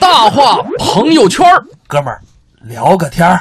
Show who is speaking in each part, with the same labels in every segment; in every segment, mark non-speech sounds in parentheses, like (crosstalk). Speaker 1: 大话朋友圈儿
Speaker 2: 哥们儿聊个天儿。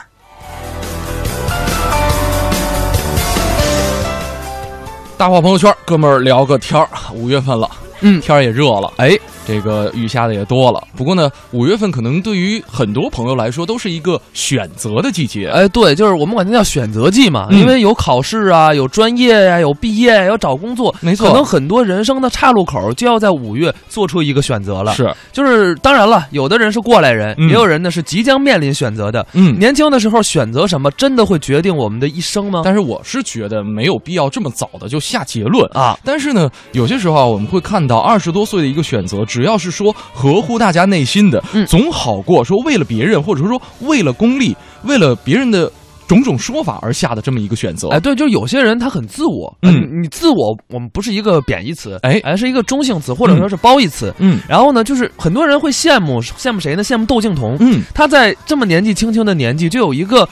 Speaker 1: 大话朋友圈儿，哥们儿聊个天儿。五月份了，
Speaker 3: 嗯
Speaker 1: 天儿也热了，哎，这个雨下的也多了。不过呢，五月份可能对于很多朋友来说都是一个选择的季节。
Speaker 3: 哎，对，就是我们管它叫选择季嘛，
Speaker 1: 嗯
Speaker 3: 因为有考试啊，有专业呀、有毕业呀、有找工作，
Speaker 1: 没错
Speaker 3: 可能很多人生的岔路口就要在五月做出一个选择了。，
Speaker 1: 是，
Speaker 3: 就是当然了，有的人是过来人，
Speaker 1: 嗯
Speaker 3: 也有人呢是即将面临选择的。
Speaker 1: 嗯。
Speaker 3: 年轻的时候选择什么，真的会决定我们的一生吗？
Speaker 1: 但是我是觉得没有必要这么早的就下结论
Speaker 3: 啊，
Speaker 1: 但是呢，有些时候啊，我们会看到二十多岁的一个选择，只要是说合乎大家内心的，
Speaker 3: 嗯
Speaker 1: 总好过说为了别人，或者说为了功利，为了别人的种种说法而下的这么一个选择。
Speaker 3: 哎，对，就是有些人他很自我，
Speaker 1: 嗯
Speaker 3: 呃你你自我，我们不是一个贬义词，
Speaker 1: 哎
Speaker 3: 哎，是一个中性词，或者说是褒义词。
Speaker 1: 嗯
Speaker 3: 然后呢，就是很多人会羡慕羡慕谁呢？羡慕窦靖童，
Speaker 1: 嗯，
Speaker 3: 他在这么年纪轻轻的年纪，就有一个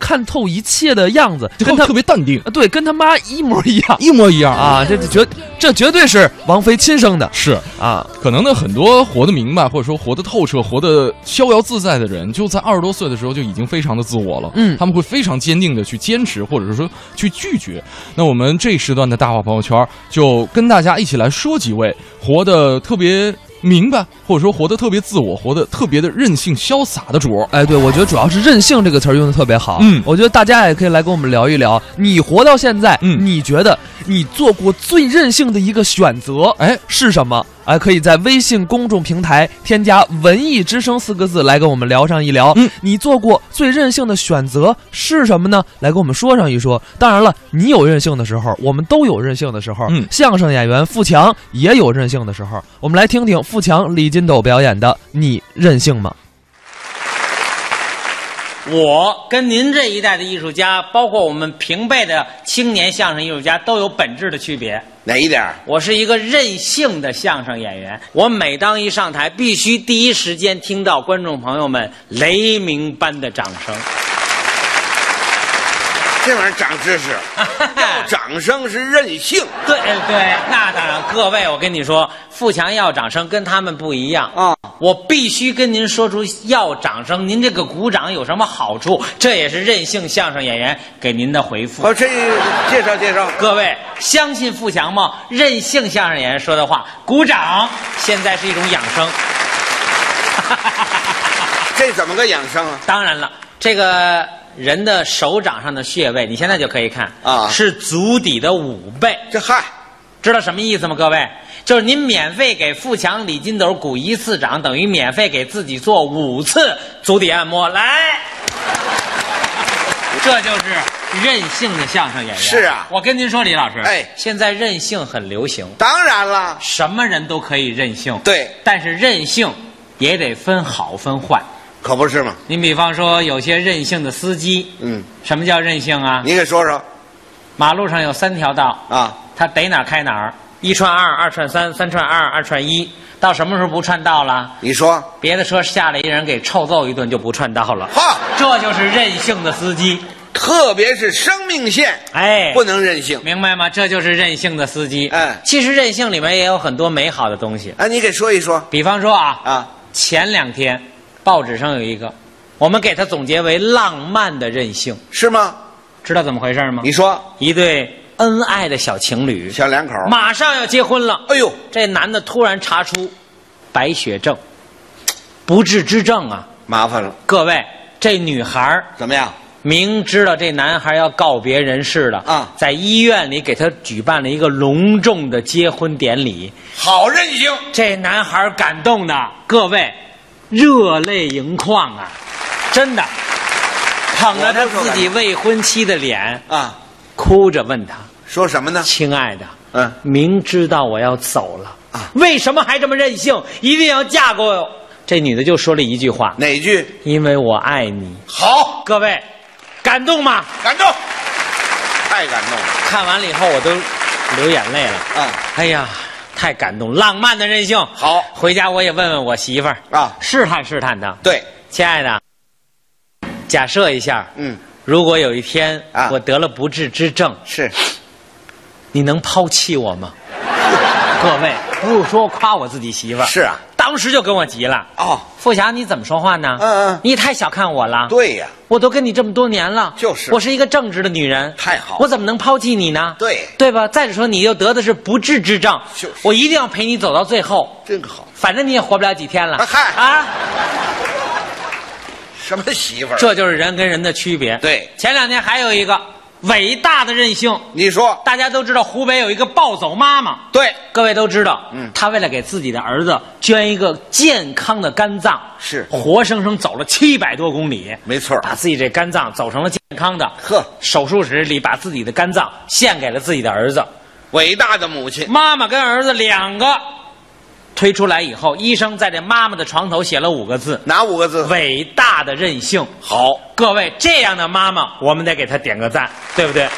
Speaker 3: 看透一切的样子，
Speaker 1: 这
Speaker 3: 跟
Speaker 1: 个
Speaker 3: 他
Speaker 1: 特别淡定，
Speaker 3: 对跟他妈一模一样
Speaker 1: 呃一模一样啊。
Speaker 3: 啊！这这绝这绝对是王菲亲生的
Speaker 1: 是，
Speaker 3: 啊！
Speaker 1: 可能呢，很多活得明白，或者说活得透彻、活得逍遥自在的人，就在二十多岁的时候就已经非常的自我了。
Speaker 3: 嗯
Speaker 1: 他们会非常坚定的去坚持，或者是说去拒绝。那我们这一时段的大话朋友圈，就跟大家一起来说几位活得特别明白，或者说活得特别自我、活得特别的任性潇洒的主儿。
Speaker 3: 哎，对，我觉得主要是“任性”这个词儿用的特别好。
Speaker 1: 嗯
Speaker 3: 我觉得大家也可以来跟我们聊一聊，你活到现在，
Speaker 1: 嗯
Speaker 3: 你觉得你做过最任性的一个选择
Speaker 1: 哎，
Speaker 3: 是什么？哎，可以在微信公众平台添加“文艺之声”四个字来跟我们聊上一聊。
Speaker 1: 嗯，
Speaker 3: 你做过最任性的选择是什么呢？来跟我们说上一说。当然了，你有任性的时候，我们都有任性的时候。
Speaker 1: 嗯
Speaker 3: 相声演员付强也有任性的时候。我们来听听付强、李金斗表演的《你任性吗》。
Speaker 4: 我跟您这一代的艺术家，包括我们平辈的青年相声艺术家，都有本质的区别。
Speaker 5: 哪一点儿？
Speaker 4: 我是一个任性的相声演员，我每当一上台，必须第一时间听到观众朋友们雷鸣般的掌声。
Speaker 5: 这玩意儿长知识，要掌声是任性
Speaker 4: 对对，那当然，各位，我跟你说，富强要掌声跟他们不一样
Speaker 5: 啊！
Speaker 4: 我必须跟您说出要掌声，您这个鼓掌有什么好处？这也是任性相声演员给您的回复。
Speaker 5: 哦，这介绍介绍，
Speaker 4: 各位相信富强吗？任性相声演员说的话，鼓掌，现在是一种养生。 (laughs)
Speaker 5: 这怎么个养生啊？
Speaker 4: 当然了，这个人的手掌上的穴位，你现在就可以看
Speaker 5: 啊
Speaker 4: 是足底的五倍，
Speaker 5: 这嗨，
Speaker 4: 知道什么意思吗？各位，就是您免费给富强、李金斗鼓一次掌，等于免费给自己做五次足底按摩。来，这就是任性的相声演员。
Speaker 5: 是啊
Speaker 4: 我跟您说，李老师，
Speaker 5: 哎
Speaker 4: 现在任性很流行。
Speaker 5: 当然了，
Speaker 4: 什么人都可以任性，
Speaker 5: 对，
Speaker 4: 但是任性也得分好分坏。
Speaker 5: 可不是嘛。
Speaker 4: 您比方说，有些任性的司机，
Speaker 5: 嗯，
Speaker 4: 什么叫任性啊？
Speaker 5: 你给说说
Speaker 4: 马路上有三条道，
Speaker 5: 啊，
Speaker 4: 他逮哪儿开哪儿，一串二，二串三，三串二，二串一，到什么时候不串道了？
Speaker 5: 你说，
Speaker 4: 别的车下来一人给臭揍一顿就不串道了，
Speaker 5: 哈，
Speaker 4: 这就是任性的司机。
Speaker 5: 特别是生命线
Speaker 4: 哎，
Speaker 5: 不能任性
Speaker 4: 明白吗？这就是任性的司机。
Speaker 5: 哎
Speaker 4: 其实任性里面也有很多美好的东西，
Speaker 5: 啊，你给说一说
Speaker 4: 比方说啊，
Speaker 5: 啊，
Speaker 4: 前两天，报纸上有一个，我们给它总结为“浪漫的任性
Speaker 5: 是吗？”，
Speaker 4: 知道怎么回事吗？
Speaker 5: 你说
Speaker 4: 一对恩爱的小情侣，
Speaker 5: 小两口儿，
Speaker 4: 马上要结婚了。
Speaker 5: 哎呦，
Speaker 4: 这男的突然查出白血症，不治之症啊！
Speaker 5: 麻烦了，
Speaker 4: 各位，这女孩儿
Speaker 5: 怎么样？
Speaker 4: 明知道这男孩要告别人世了
Speaker 5: 啊
Speaker 4: 在医院里给他举办了一个隆重的结婚典礼，
Speaker 5: 好任性，
Speaker 4: 这男孩感动的各位热泪盈眶啊，真的，捧着他自己未婚妻的脸，
Speaker 5: 啊，
Speaker 4: 哭着问他
Speaker 5: 说什么：“呢？
Speaker 4: 亲爱的，
Speaker 5: 嗯，
Speaker 4: 明知道我要走了
Speaker 5: 啊，
Speaker 4: 为什么还这么任性？一定要嫁给我？”这女的就说了一句话
Speaker 5: 哪句：“
Speaker 4: 因为我爱你。
Speaker 5: 好”？
Speaker 4: 各位，感动吗？
Speaker 5: 感动，太感动了
Speaker 4: 看完了以后我都流眼泪了。
Speaker 5: 啊！
Speaker 4: 哎呀，太感动，浪漫的任性。
Speaker 5: 好
Speaker 4: 回家我也问问我媳妇儿
Speaker 5: 啊
Speaker 4: 试探试探她。
Speaker 5: 对，
Speaker 4: 亲爱的，假设一下，
Speaker 5: 嗯，
Speaker 4: 如果有一天
Speaker 5: 啊
Speaker 4: 我得了不治之症，
Speaker 5: 是 (laughs)
Speaker 4: 你能抛弃我吗？各位，不是说夸我自己媳妇儿，
Speaker 5: 是啊，
Speaker 4: 大当时就跟我急了。
Speaker 5: 哦，
Speaker 4: 富霞，你怎么说话呢？
Speaker 5: 嗯嗯
Speaker 4: 你也太小看我了。，
Speaker 5: 对呀，
Speaker 4: 我都跟你这么多年了，
Speaker 5: 就是
Speaker 4: 我是一个正直的女人，
Speaker 5: 太好了
Speaker 4: 我怎么能抛弃你呢？
Speaker 5: 对
Speaker 4: 对吧？再者说，你又得的是不治之症，
Speaker 5: 就是
Speaker 4: 我一定要陪你走到最后，
Speaker 5: 真好。
Speaker 4: 反正你也活不了几天了。
Speaker 5: 啊嗨
Speaker 4: 啊，
Speaker 5: 什么媳妇儿？
Speaker 4: 这就是人跟人的区别。
Speaker 5: 对
Speaker 4: 前两天还有一个伟大的任性，
Speaker 5: 你说
Speaker 4: 大家都知道湖北有一个暴走妈妈，
Speaker 5: 对，
Speaker 4: 各位都知道，
Speaker 5: 嗯
Speaker 4: 她为了给自己的儿子捐一个健康的肝脏，
Speaker 5: 是
Speaker 4: 活生生走了七百多公里，
Speaker 5: 没错儿
Speaker 4: 把自己这肝脏走成了健康的。
Speaker 5: 呵
Speaker 4: 手术室里把自己的肝脏献给了自己的儿子，
Speaker 5: 伟大的母亲，
Speaker 4: 妈妈跟儿子两个推出来以后，医生在这妈妈的床头写了五个字：
Speaker 5: 哪五个字？
Speaker 4: 伟大的任性。
Speaker 5: 好，
Speaker 4: 各位，这样的妈妈，我们得给她点个赞，对不对？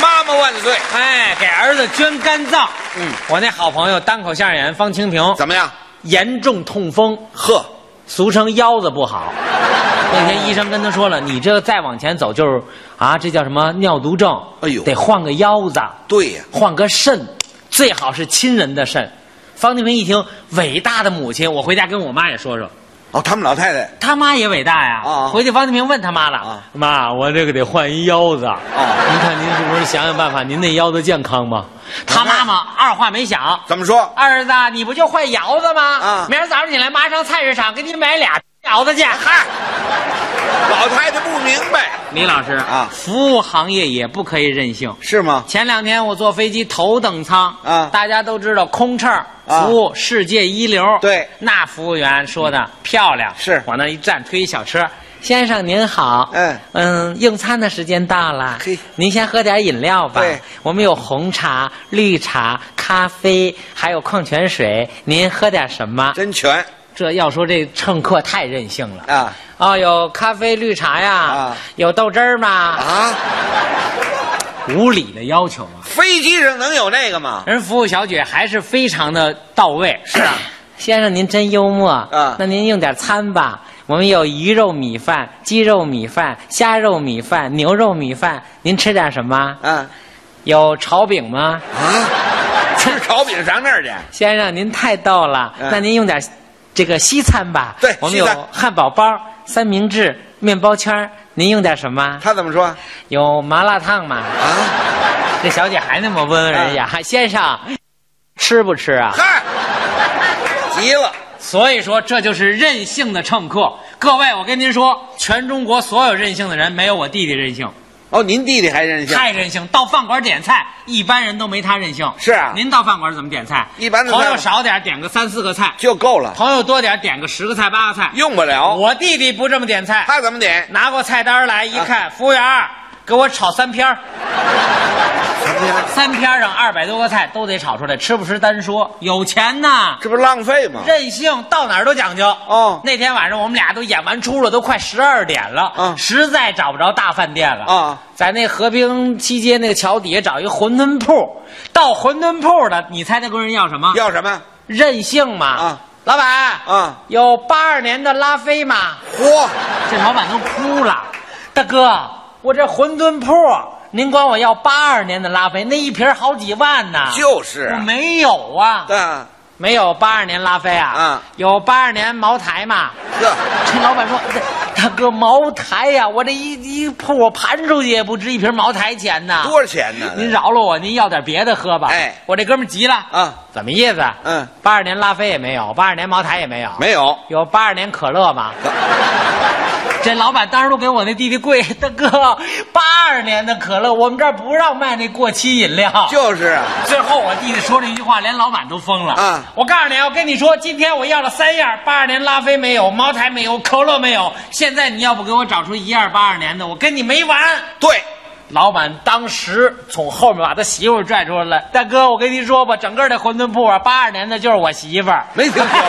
Speaker 5: 妈妈万岁！
Speaker 4: 哎，给儿子捐肝脏。
Speaker 5: 嗯，
Speaker 4: 我那好朋友单口相声演员方清平，
Speaker 5: 怎么样？
Speaker 4: 严重痛风，
Speaker 5: 呵，
Speaker 4: 俗称腰子不
Speaker 5: (laughs)
Speaker 4: 好。那天医生跟他说了，你这再往前走就是啊，这叫什么尿毒症？
Speaker 5: 哎呦
Speaker 4: 得换个腰子，
Speaker 5: 对呀，
Speaker 4: 换个肾，最好是亲人的肾。方清平一听，伟大的母亲，我回家跟我妈也说说，
Speaker 5: 哦，他们老太太
Speaker 4: 他妈也伟大呀。
Speaker 5: 啊
Speaker 4: 回去方清平问他妈了，
Speaker 5: 啊
Speaker 4: 妈，我这个得换一腰子。
Speaker 5: 哦
Speaker 4: 您看您是不是想想办法，您那腰子健康
Speaker 5: 啊
Speaker 4: 吗？他妈妈二话没想，
Speaker 5: 怎么说？
Speaker 4: 儿子，你不就会窑子吗？
Speaker 5: 啊
Speaker 4: 明儿早上起来妈上菜市场给你买俩窑子去。嗨，
Speaker 5: 老太太不明白
Speaker 4: 李老师
Speaker 5: 啊
Speaker 4: 服务行业也不可以任性。
Speaker 5: 是吗？
Speaker 4: 前两天我坐飞机头等舱
Speaker 5: 啊
Speaker 4: 大家都知道空乘
Speaker 5: 啊
Speaker 4: 服务世界一流。
Speaker 5: 对
Speaker 4: 那服务员说的漂亮，
Speaker 5: 是
Speaker 4: 往那一站推一小车。先生您好，
Speaker 5: 嗯
Speaker 4: 嗯，用餐的时间到了，
Speaker 5: 嘿
Speaker 4: 您先喝点饮料吧。
Speaker 5: 对，
Speaker 4: 我们有红茶、绿茶、咖啡，还有矿泉水，您喝点什么？
Speaker 5: 真全
Speaker 4: 这要说这乘客太任性了
Speaker 5: 啊
Speaker 4: 啊！有咖啡、绿茶呀，
Speaker 5: 啊
Speaker 4: 有豆汁儿吗？
Speaker 5: 啊！
Speaker 4: (laughs) 无理的要求啊！
Speaker 5: 飞机上能有那个吗？
Speaker 4: 人服务小姐还是非常的到位。是啊， (coughs) 先生您真幽默
Speaker 5: 啊
Speaker 4: 那您用点餐吧，我们有鱼肉米饭、鸡肉米饭、虾肉米饭、牛肉米饭，您吃点什么？
Speaker 5: 啊
Speaker 4: 有炒饼吗？
Speaker 5: 啊！吃炒饼上那儿去？
Speaker 4: 先生，您太逗了，
Speaker 5: 嗯
Speaker 4: 那您用点这个西啊餐吧。
Speaker 5: 对
Speaker 4: 我们
Speaker 5: 西
Speaker 4: 有
Speaker 5: 餐
Speaker 4: 汉堡包、三明治、面包圈儿，您用点什么？
Speaker 5: 他怎么说？
Speaker 4: 有麻辣烫吗？
Speaker 5: 啊！
Speaker 4: 这小姐还那么温文尔雅，还先生吃不吃啊？
Speaker 5: 嗨，急了，
Speaker 4: 所以说，这就是任性的乘客。各位，我跟您说，全中国所有任性的人，没有我弟弟任性，
Speaker 5: 哦，您弟弟还任性？
Speaker 4: 太任性。到饭馆点菜，一般人都没他任性。
Speaker 5: 是啊
Speaker 4: 您到饭馆怎么点菜？
Speaker 5: 一般的菜
Speaker 4: 朋友少点，点个三四个菜；
Speaker 5: 就够了，
Speaker 4: 朋友多点，点个十个菜八个菜。
Speaker 5: 用不了。
Speaker 4: 我弟弟不这么点菜，
Speaker 5: 他怎么点？
Speaker 4: 拿过菜单来一
Speaker 5: 啊
Speaker 4: 看，服务员儿给我炒三片儿。
Speaker 5: 什么呀？
Speaker 4: 三片上二百多个菜都得炒出来，吃不吃单说。有钱呐，
Speaker 5: 这不是浪费吗？
Speaker 4: 任性，到哪儿都讲究。
Speaker 5: 哦
Speaker 4: 那天晚上我们俩都演完出了，都快十二点了，
Speaker 5: 嗯
Speaker 4: 实在找不着大饭店了
Speaker 5: 啊，
Speaker 4: 在那和平西街那个桥底下找一馄饨铺，到馄饨铺的，你猜那工人要什么？
Speaker 5: 要什么？
Speaker 4: 任性嘛。
Speaker 5: 啊，
Speaker 4: 老板，
Speaker 5: 啊，
Speaker 4: 有八二年的拉菲吗？
Speaker 5: 嚯！
Speaker 4: 这老板都哭了，大哥，我这馄饨铺，您管我要八二年的拉菲，那一瓶好几万呢。
Speaker 5: 就是啊
Speaker 4: 我没有啊，
Speaker 5: 啊，
Speaker 4: 没有八二年拉菲啊，
Speaker 5: 啊
Speaker 4: 有八二年茅台嘛。 (laughs)
Speaker 5: 呵，
Speaker 4: 这老板说， (laughs) 大哥，茅台呀、我这一一铺我盘出去也不值一瓶茅台钱呢。
Speaker 5: 多少钱呢？
Speaker 4: 您饶了我，您要点别的喝吧。
Speaker 5: 哎
Speaker 4: 我这哥们儿急了
Speaker 5: 啊，
Speaker 4: 怎么意思？
Speaker 5: 嗯，
Speaker 4: 八二年拉菲也没有，八二年茅台也没有，
Speaker 5: 没啊有？
Speaker 4: 有八二年可乐吗？ (laughs) 这老板当时都给我那弟弟跪，大哥，八二年的可乐，我们这儿不让卖那过期饮料。
Speaker 5: 就是啊，
Speaker 4: 最后我弟弟说了一句话，连老板都疯了。
Speaker 5: 啊
Speaker 4: 我告诉你啊，我跟你说，今天我要了三样，八二年拉菲没有，茅台没有，可乐没有。现在你要不给我找出一样八二年的，我跟你没完。
Speaker 5: 对，
Speaker 4: 老板当时从后面把他媳妇儿拽出来，大哥，我跟您说吧，整个这馄饨铺啊，八二年的就是我媳妇儿。
Speaker 5: 没听说过。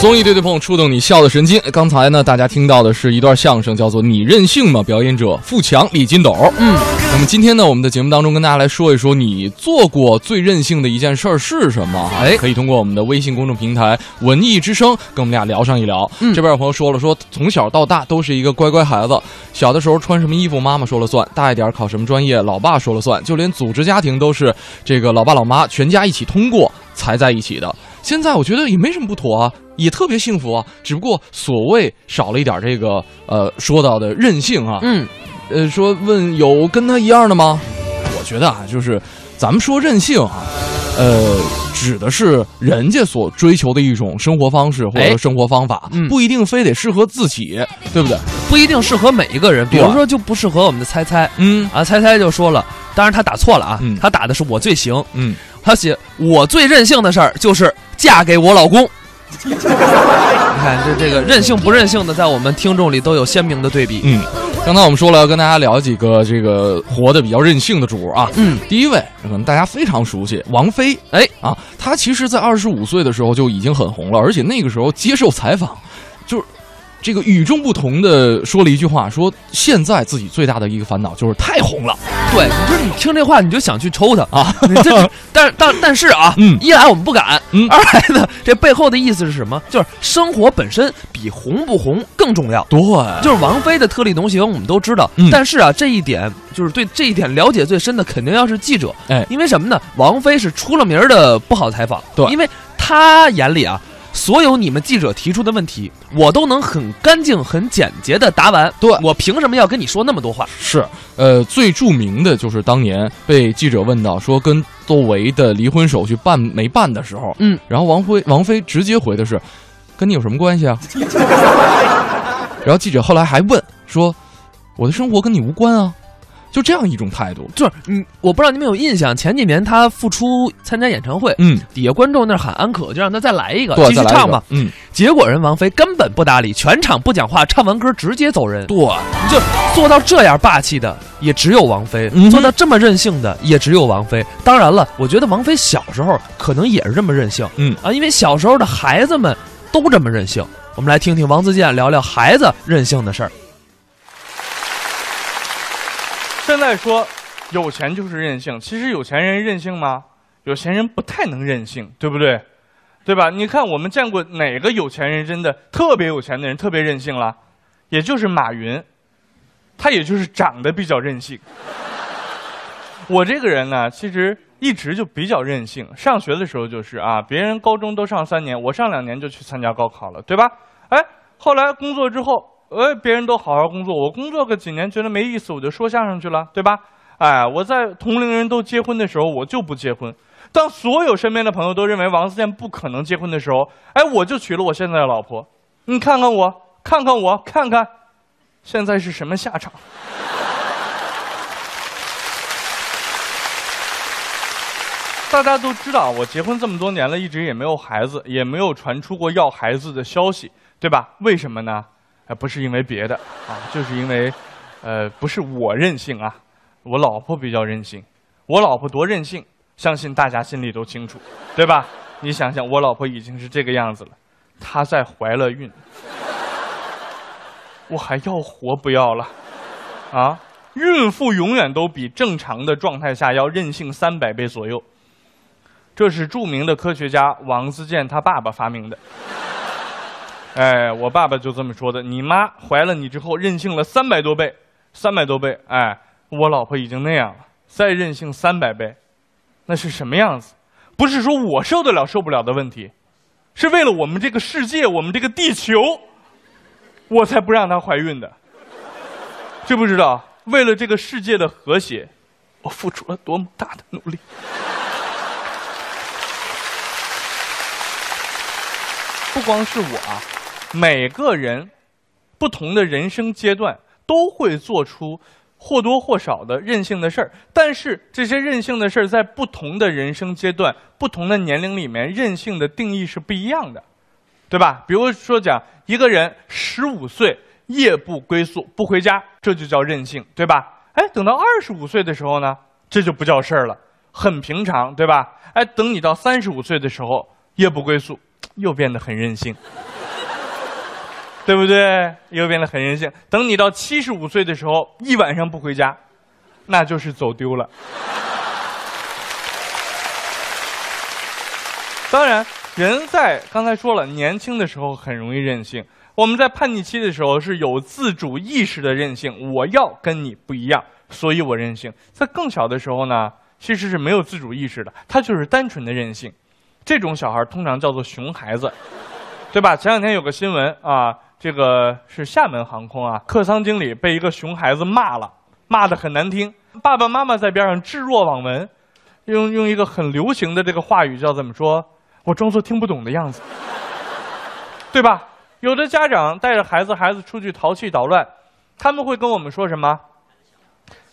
Speaker 1: 综艺对对碰，触动你笑的神经。刚才呢，大家听到的是一段相声，叫做《你任性吗》，表演者富强、李金斗。嗯，那么今天呢，我们的节目当中跟大家来说一说，你做过最任性的一件事儿是什么？哎，可以通过我们的微信公众平台“文艺之声”跟我们俩聊上一聊。
Speaker 3: 嗯
Speaker 1: 这边有朋友说了，说从小到大都是一个乖乖孩子，小的时候穿什么衣服妈妈说了算，大一点儿考什么专业老爸说了算，就连组织家庭都是这个老爸老妈全家一起通过才在一起的。现在我觉得也没什么不妥啊，也特别幸福啊，只不过所谓少了一点这个呃说到的任性啊，
Speaker 3: 嗯，
Speaker 1: 呃说问有跟他一样的吗？我觉得啊，就是咱们说任性啊，呃，指的是人家所追求的一种生活方式或
Speaker 3: 哎
Speaker 1: 者生活方法，
Speaker 3: 嗯
Speaker 1: 不一定非得适合自己，对不对？
Speaker 3: 不一定适合每一个人，比如
Speaker 1: 对啊
Speaker 3: 说就不适合我们的猜猜
Speaker 1: 嗯
Speaker 3: 啊，猜猜就说了，当然他打错了啊，
Speaker 1: 嗯
Speaker 3: 他打的是我最行，
Speaker 1: 嗯，
Speaker 3: 他写我最任性的事儿就是嫁给我老
Speaker 1: (laughs)
Speaker 3: 公。你看这这个任性不任性的，在我们听众里都有鲜明的对比。
Speaker 1: 嗯，刚才我们说了，要跟大家聊几个这个活得比较任性的主儿啊。
Speaker 3: 嗯，
Speaker 1: 第一位可能大家非常熟悉，王菲。
Speaker 3: 哎
Speaker 1: 啊，她其实，在二十五岁的时候就已经很红了，而且那个时候接受采访，就是这个与众不同的说了一句话，说现在自己最大的一个烦恼就是太红了。
Speaker 3: 对，不是你听这话你就想去抽他
Speaker 1: (laughs) 啊？
Speaker 3: 你这，但但但是啊，
Speaker 1: 嗯
Speaker 3: 一来我们不敢，
Speaker 1: 嗯
Speaker 3: 二来呢，这背后的意思是什么？就是生活本身比红不红更重要。
Speaker 1: 对，
Speaker 3: 就是王菲的特立独行，我们都知道。
Speaker 1: 嗯
Speaker 3: 但是啊，这一点就是对这一点了解最深的，肯定要是记者。
Speaker 1: 哎
Speaker 3: 因为什么呢？王菲是出了名儿的不好采访。
Speaker 1: 对
Speaker 3: 因为她眼里啊，所有你们记者提出的问题，我都能很干净、很简洁的答完。
Speaker 1: 对
Speaker 3: 我凭什么要跟你说那么多话？
Speaker 1: 是，呃，最著名的就是当年被记者问到说跟窦唯的离婚手续办没办的时候，
Speaker 3: 嗯，
Speaker 1: 然后王菲王菲直接回的是，跟你有什么关系啊？ (laughs) 然后记者后来还问说，我的生活跟你无关啊，就这样一种态度，
Speaker 3: 就是你，我不知道你们有印象，前几年她复出参加演唱会，
Speaker 1: 嗯，
Speaker 3: 底下观众那儿喊安可，就让她再来一个，
Speaker 1: 对，
Speaker 3: 呃继续
Speaker 1: 再来一
Speaker 3: 唱
Speaker 1: 个
Speaker 3: 吧。，
Speaker 1: 嗯，
Speaker 3: 结果人王菲根本不搭理，全场不讲话，唱完歌直接走人。
Speaker 1: 对，
Speaker 3: 就做到这样霸气的也只有王菲，
Speaker 1: 嗯哼
Speaker 3: 做到这么任性的也只有王菲。当然了，我觉得王菲小时候可能也是这么任性，
Speaker 1: 嗯
Speaker 3: 啊，因为小时候的孩子们都这么任性。我们来听听王自健聊聊孩子任性的事儿。
Speaker 6: 现在说有钱就是任性，其实有钱人任性吗？有钱人不太能任性，对不对？对吧？你看我们见过哪个有钱人真的特别有钱的人特别任性了？也就是马云，他也就是长得比较任性。我这个人呢，其实一直就比较任性。上学的时候就是啊，别人高中都上三年，我上两年就去参加高考了，对吧？哎，后来工作之后，哎，别人都好好工作，我工作个几年觉得没意思，我就说相声去了，对吧？哎，我在同龄人都结婚的时候，我就不结婚。当所有身边的朋友都认为王自健不可能结婚的时候，哎，我就娶了我现在的老婆。你看看我，看看我，看看，现在是什么下场？大家都知道，我结婚这么多年了，一直也没有孩子，也没有传出过要孩子的消息，对吧？为什么呢？呃，不是因为别的啊，就是因为，呃，不是我任性啊，我老婆比较任性。我老婆多任性，相信大家心里都清楚，对吧？你想想，我老婆已经是这个样子了，她在怀了孕，我还要活不要了，啊！孕妇永远都比正常的状态下要任性三百倍左右。这是著名的科学家王自健他爸爸发明的。哎，我爸爸就这么说的。你妈怀了你之后任性了三百多倍，三百多倍。哎，我老婆已经那样了，再任性三百倍，那是什么样子？不是说我受得了受不了的问题，是为了我们这个世界，我们这个地球，我才不让她怀孕的。知不知道？为了这个世界的和谐，我付出了多么大的努力。不光是我啊，每个人不同的人生阶段都会做出或多或少的任性的事儿，但是这些任性的事儿在不同的人生阶段、不同的年龄里面，任性的定义是不一样的，对吧？比如说讲一个人十五岁夜不归宿不回家，这就叫任性，对吧？哎，等到二十五岁的时候呢，这就不叫事儿了，很平常，对吧？哎，等你到三十五岁的时候夜不归宿，又变得很任性， (laughs) 对不对？又变得很任性。等你到七十五岁的时候，一晚上不回家，那就是走丢了。当然，人在刚才说了，年轻的时候很容易任性。我们在叛逆期的时候是有自主意识的任性，我要跟你不一样，所以我任性。在更小的时候呢，其实是没有自主意识的，他就是单纯的任性。这种小孩通常叫做熊孩子， (laughs) 对吧？前两天有个新闻啊，这个是厦门航空啊，客舱经理被一个熊孩子骂了，骂得很难听，爸爸妈妈在边上置若罔闻，用用一个很流行的这个话语叫怎么说？我装作听不懂的样子， (laughs) 对吧？有的家长带着孩子，孩子出去淘气捣乱，他们会跟我们说什么？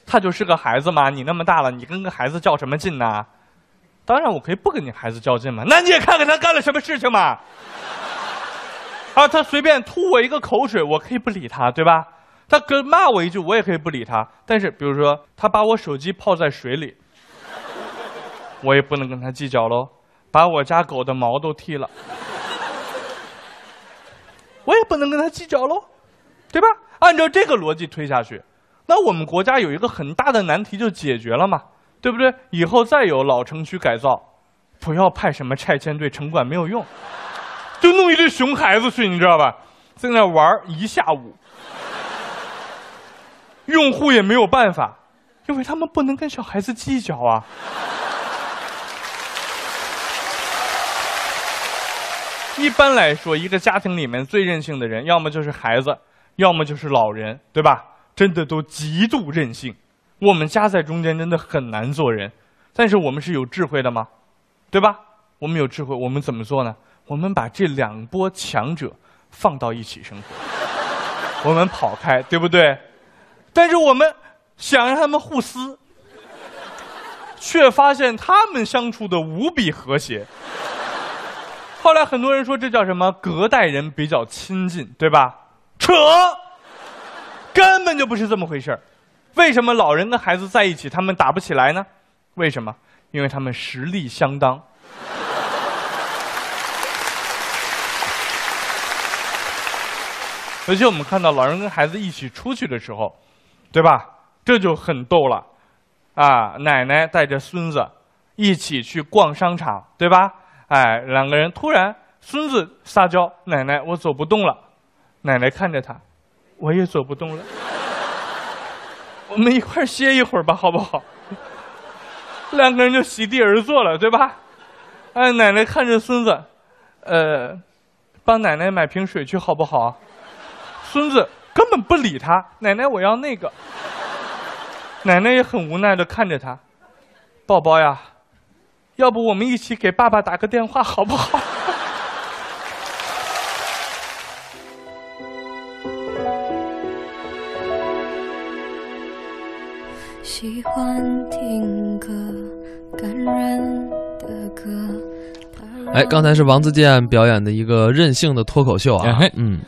Speaker 6: 他就是个孩子嘛，你那么大了，你跟个孩子较什么劲呐、当然，我可以不跟你孩子较劲嘛，那你也看看他干了什么事情嘛。 (laughs) 啊，他随便吐我一个口水，我可以不理他，对吧？他跟骂我一句，我也可以不理他。但是，比如说他把我手机泡在水里，我也不能跟他计较喽，把我家狗的毛都剃了。我也不能跟他计较喽，对吧？按照这个逻辑推下去，那我们国家有一个很大的难题就解决了嘛，对不对？以后再有老城区改造，不要派什么拆迁队、城管，没有用，就弄一堆熊孩子去，你知道吧？在那玩儿一下午，用户也没有办法，因为他们不能跟小孩子计较啊。一般来说，一个家庭里面最任性的人，要么就是孩子，要么就是老人，对吧？真的都极度任性。我们夹在中间真的很难做人，但是我们是有智慧的吗？对吧？我们有智慧，我们怎么做呢？我们把这两波强者放到一起生活，我们跑开，对不对？但是我们想让他们互撕，却发现他们相处的无比和谐。后来很多人说这叫什么隔代人比较亲近，对吧？扯，根本就不是这么回事儿。为什么老人跟孩子在一起他们打不起来呢？为什么？因为他们实力相当。尤其我们看到老人跟孩子一起出去的时候，对吧？这就很逗了，啊，奶奶带着孙子一起去逛商场，对吧？哎，两个人突然，孙子撒娇：“奶奶，我走不动了。”奶奶看着他，我也走不动了。 (laughs) 我们一块儿歇一会儿吧，好不好？两个人就席地而坐了，对吧？哎，奶奶看着孙子，呃，帮奶奶买瓶水去好不好啊？孙子根本不理他，奶奶我要那个。奶奶也很无奈的看着他，宝宝呀，要不我们一起给爸爸打个电话好不好？
Speaker 7: 喜欢听歌，感人的歌。
Speaker 3: 哎，刚才是王自健表演的一个任性的脱口秀啊
Speaker 1: 哎，
Speaker 3: 嗯。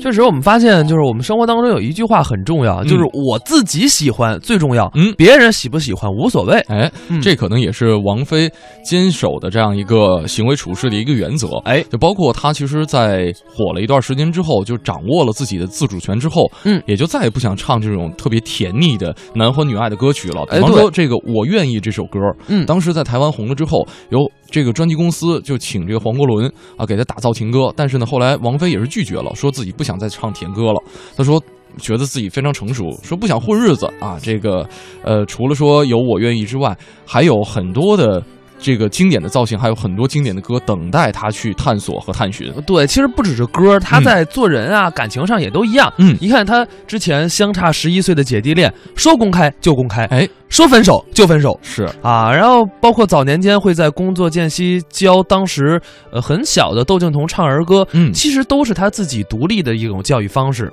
Speaker 3: 确实，我们发现就是我们生活当中有一句话很重要，就是我自己喜欢最重要，
Speaker 1: 嗯
Speaker 3: 别人喜不喜欢无所谓。
Speaker 1: 哎，
Speaker 3: 嗯
Speaker 1: 这可能也是王菲坚守的这样一个行为处事的一个原则。
Speaker 3: 哎
Speaker 1: 就包括她其实，在火了一段时间之后，就掌握了自己的自主权之后，
Speaker 3: 嗯
Speaker 1: 也就再也不想唱这种特别甜腻的男欢女爱的歌曲了。比
Speaker 3: 哎
Speaker 1: 方
Speaker 3: 对
Speaker 1: 说这个《我愿意》这首歌，
Speaker 3: 嗯
Speaker 1: 当时在台湾红了之后，由这个专辑公司就请这个黄国伦啊给他打造情歌，但是呢，后来王菲也是拒绝了，说自己不想再唱甜歌了。她说觉得自己非常成熟，说不想混日子啊。这个，呃，除了说有我愿意之外，还有很多的这个经典的造型，还有很多经典的歌等待他去探索和探寻。
Speaker 3: 对，其实不只是歌，他
Speaker 1: 嗯
Speaker 3: 在做人啊、感情上也都一样。
Speaker 1: 嗯
Speaker 3: 一看他之前相差十一岁的姐弟恋，说公开就公开，
Speaker 1: 哎，
Speaker 3: 说分手就分手
Speaker 1: 是，
Speaker 3: 啊。然后包括早年间会在工作间隙教当时呃很小的窦靖童唱儿歌，
Speaker 1: 嗯
Speaker 3: 其实都是他自己独立的一种教育方式。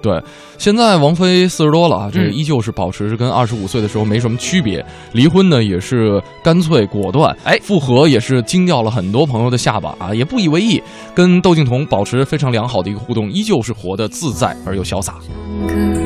Speaker 1: 现在王菲四十多了啊，这
Speaker 3: 嗯
Speaker 1: 依旧是保持着跟二十五岁的时候没什么区别。离婚呢也是干脆果断，
Speaker 3: 哎
Speaker 1: 复合也是惊掉了很多朋友的下巴啊，也不以为意，跟窦靖童保持非常良好的一个互动，依旧是活得自在而又潇洒。
Speaker 7: 歌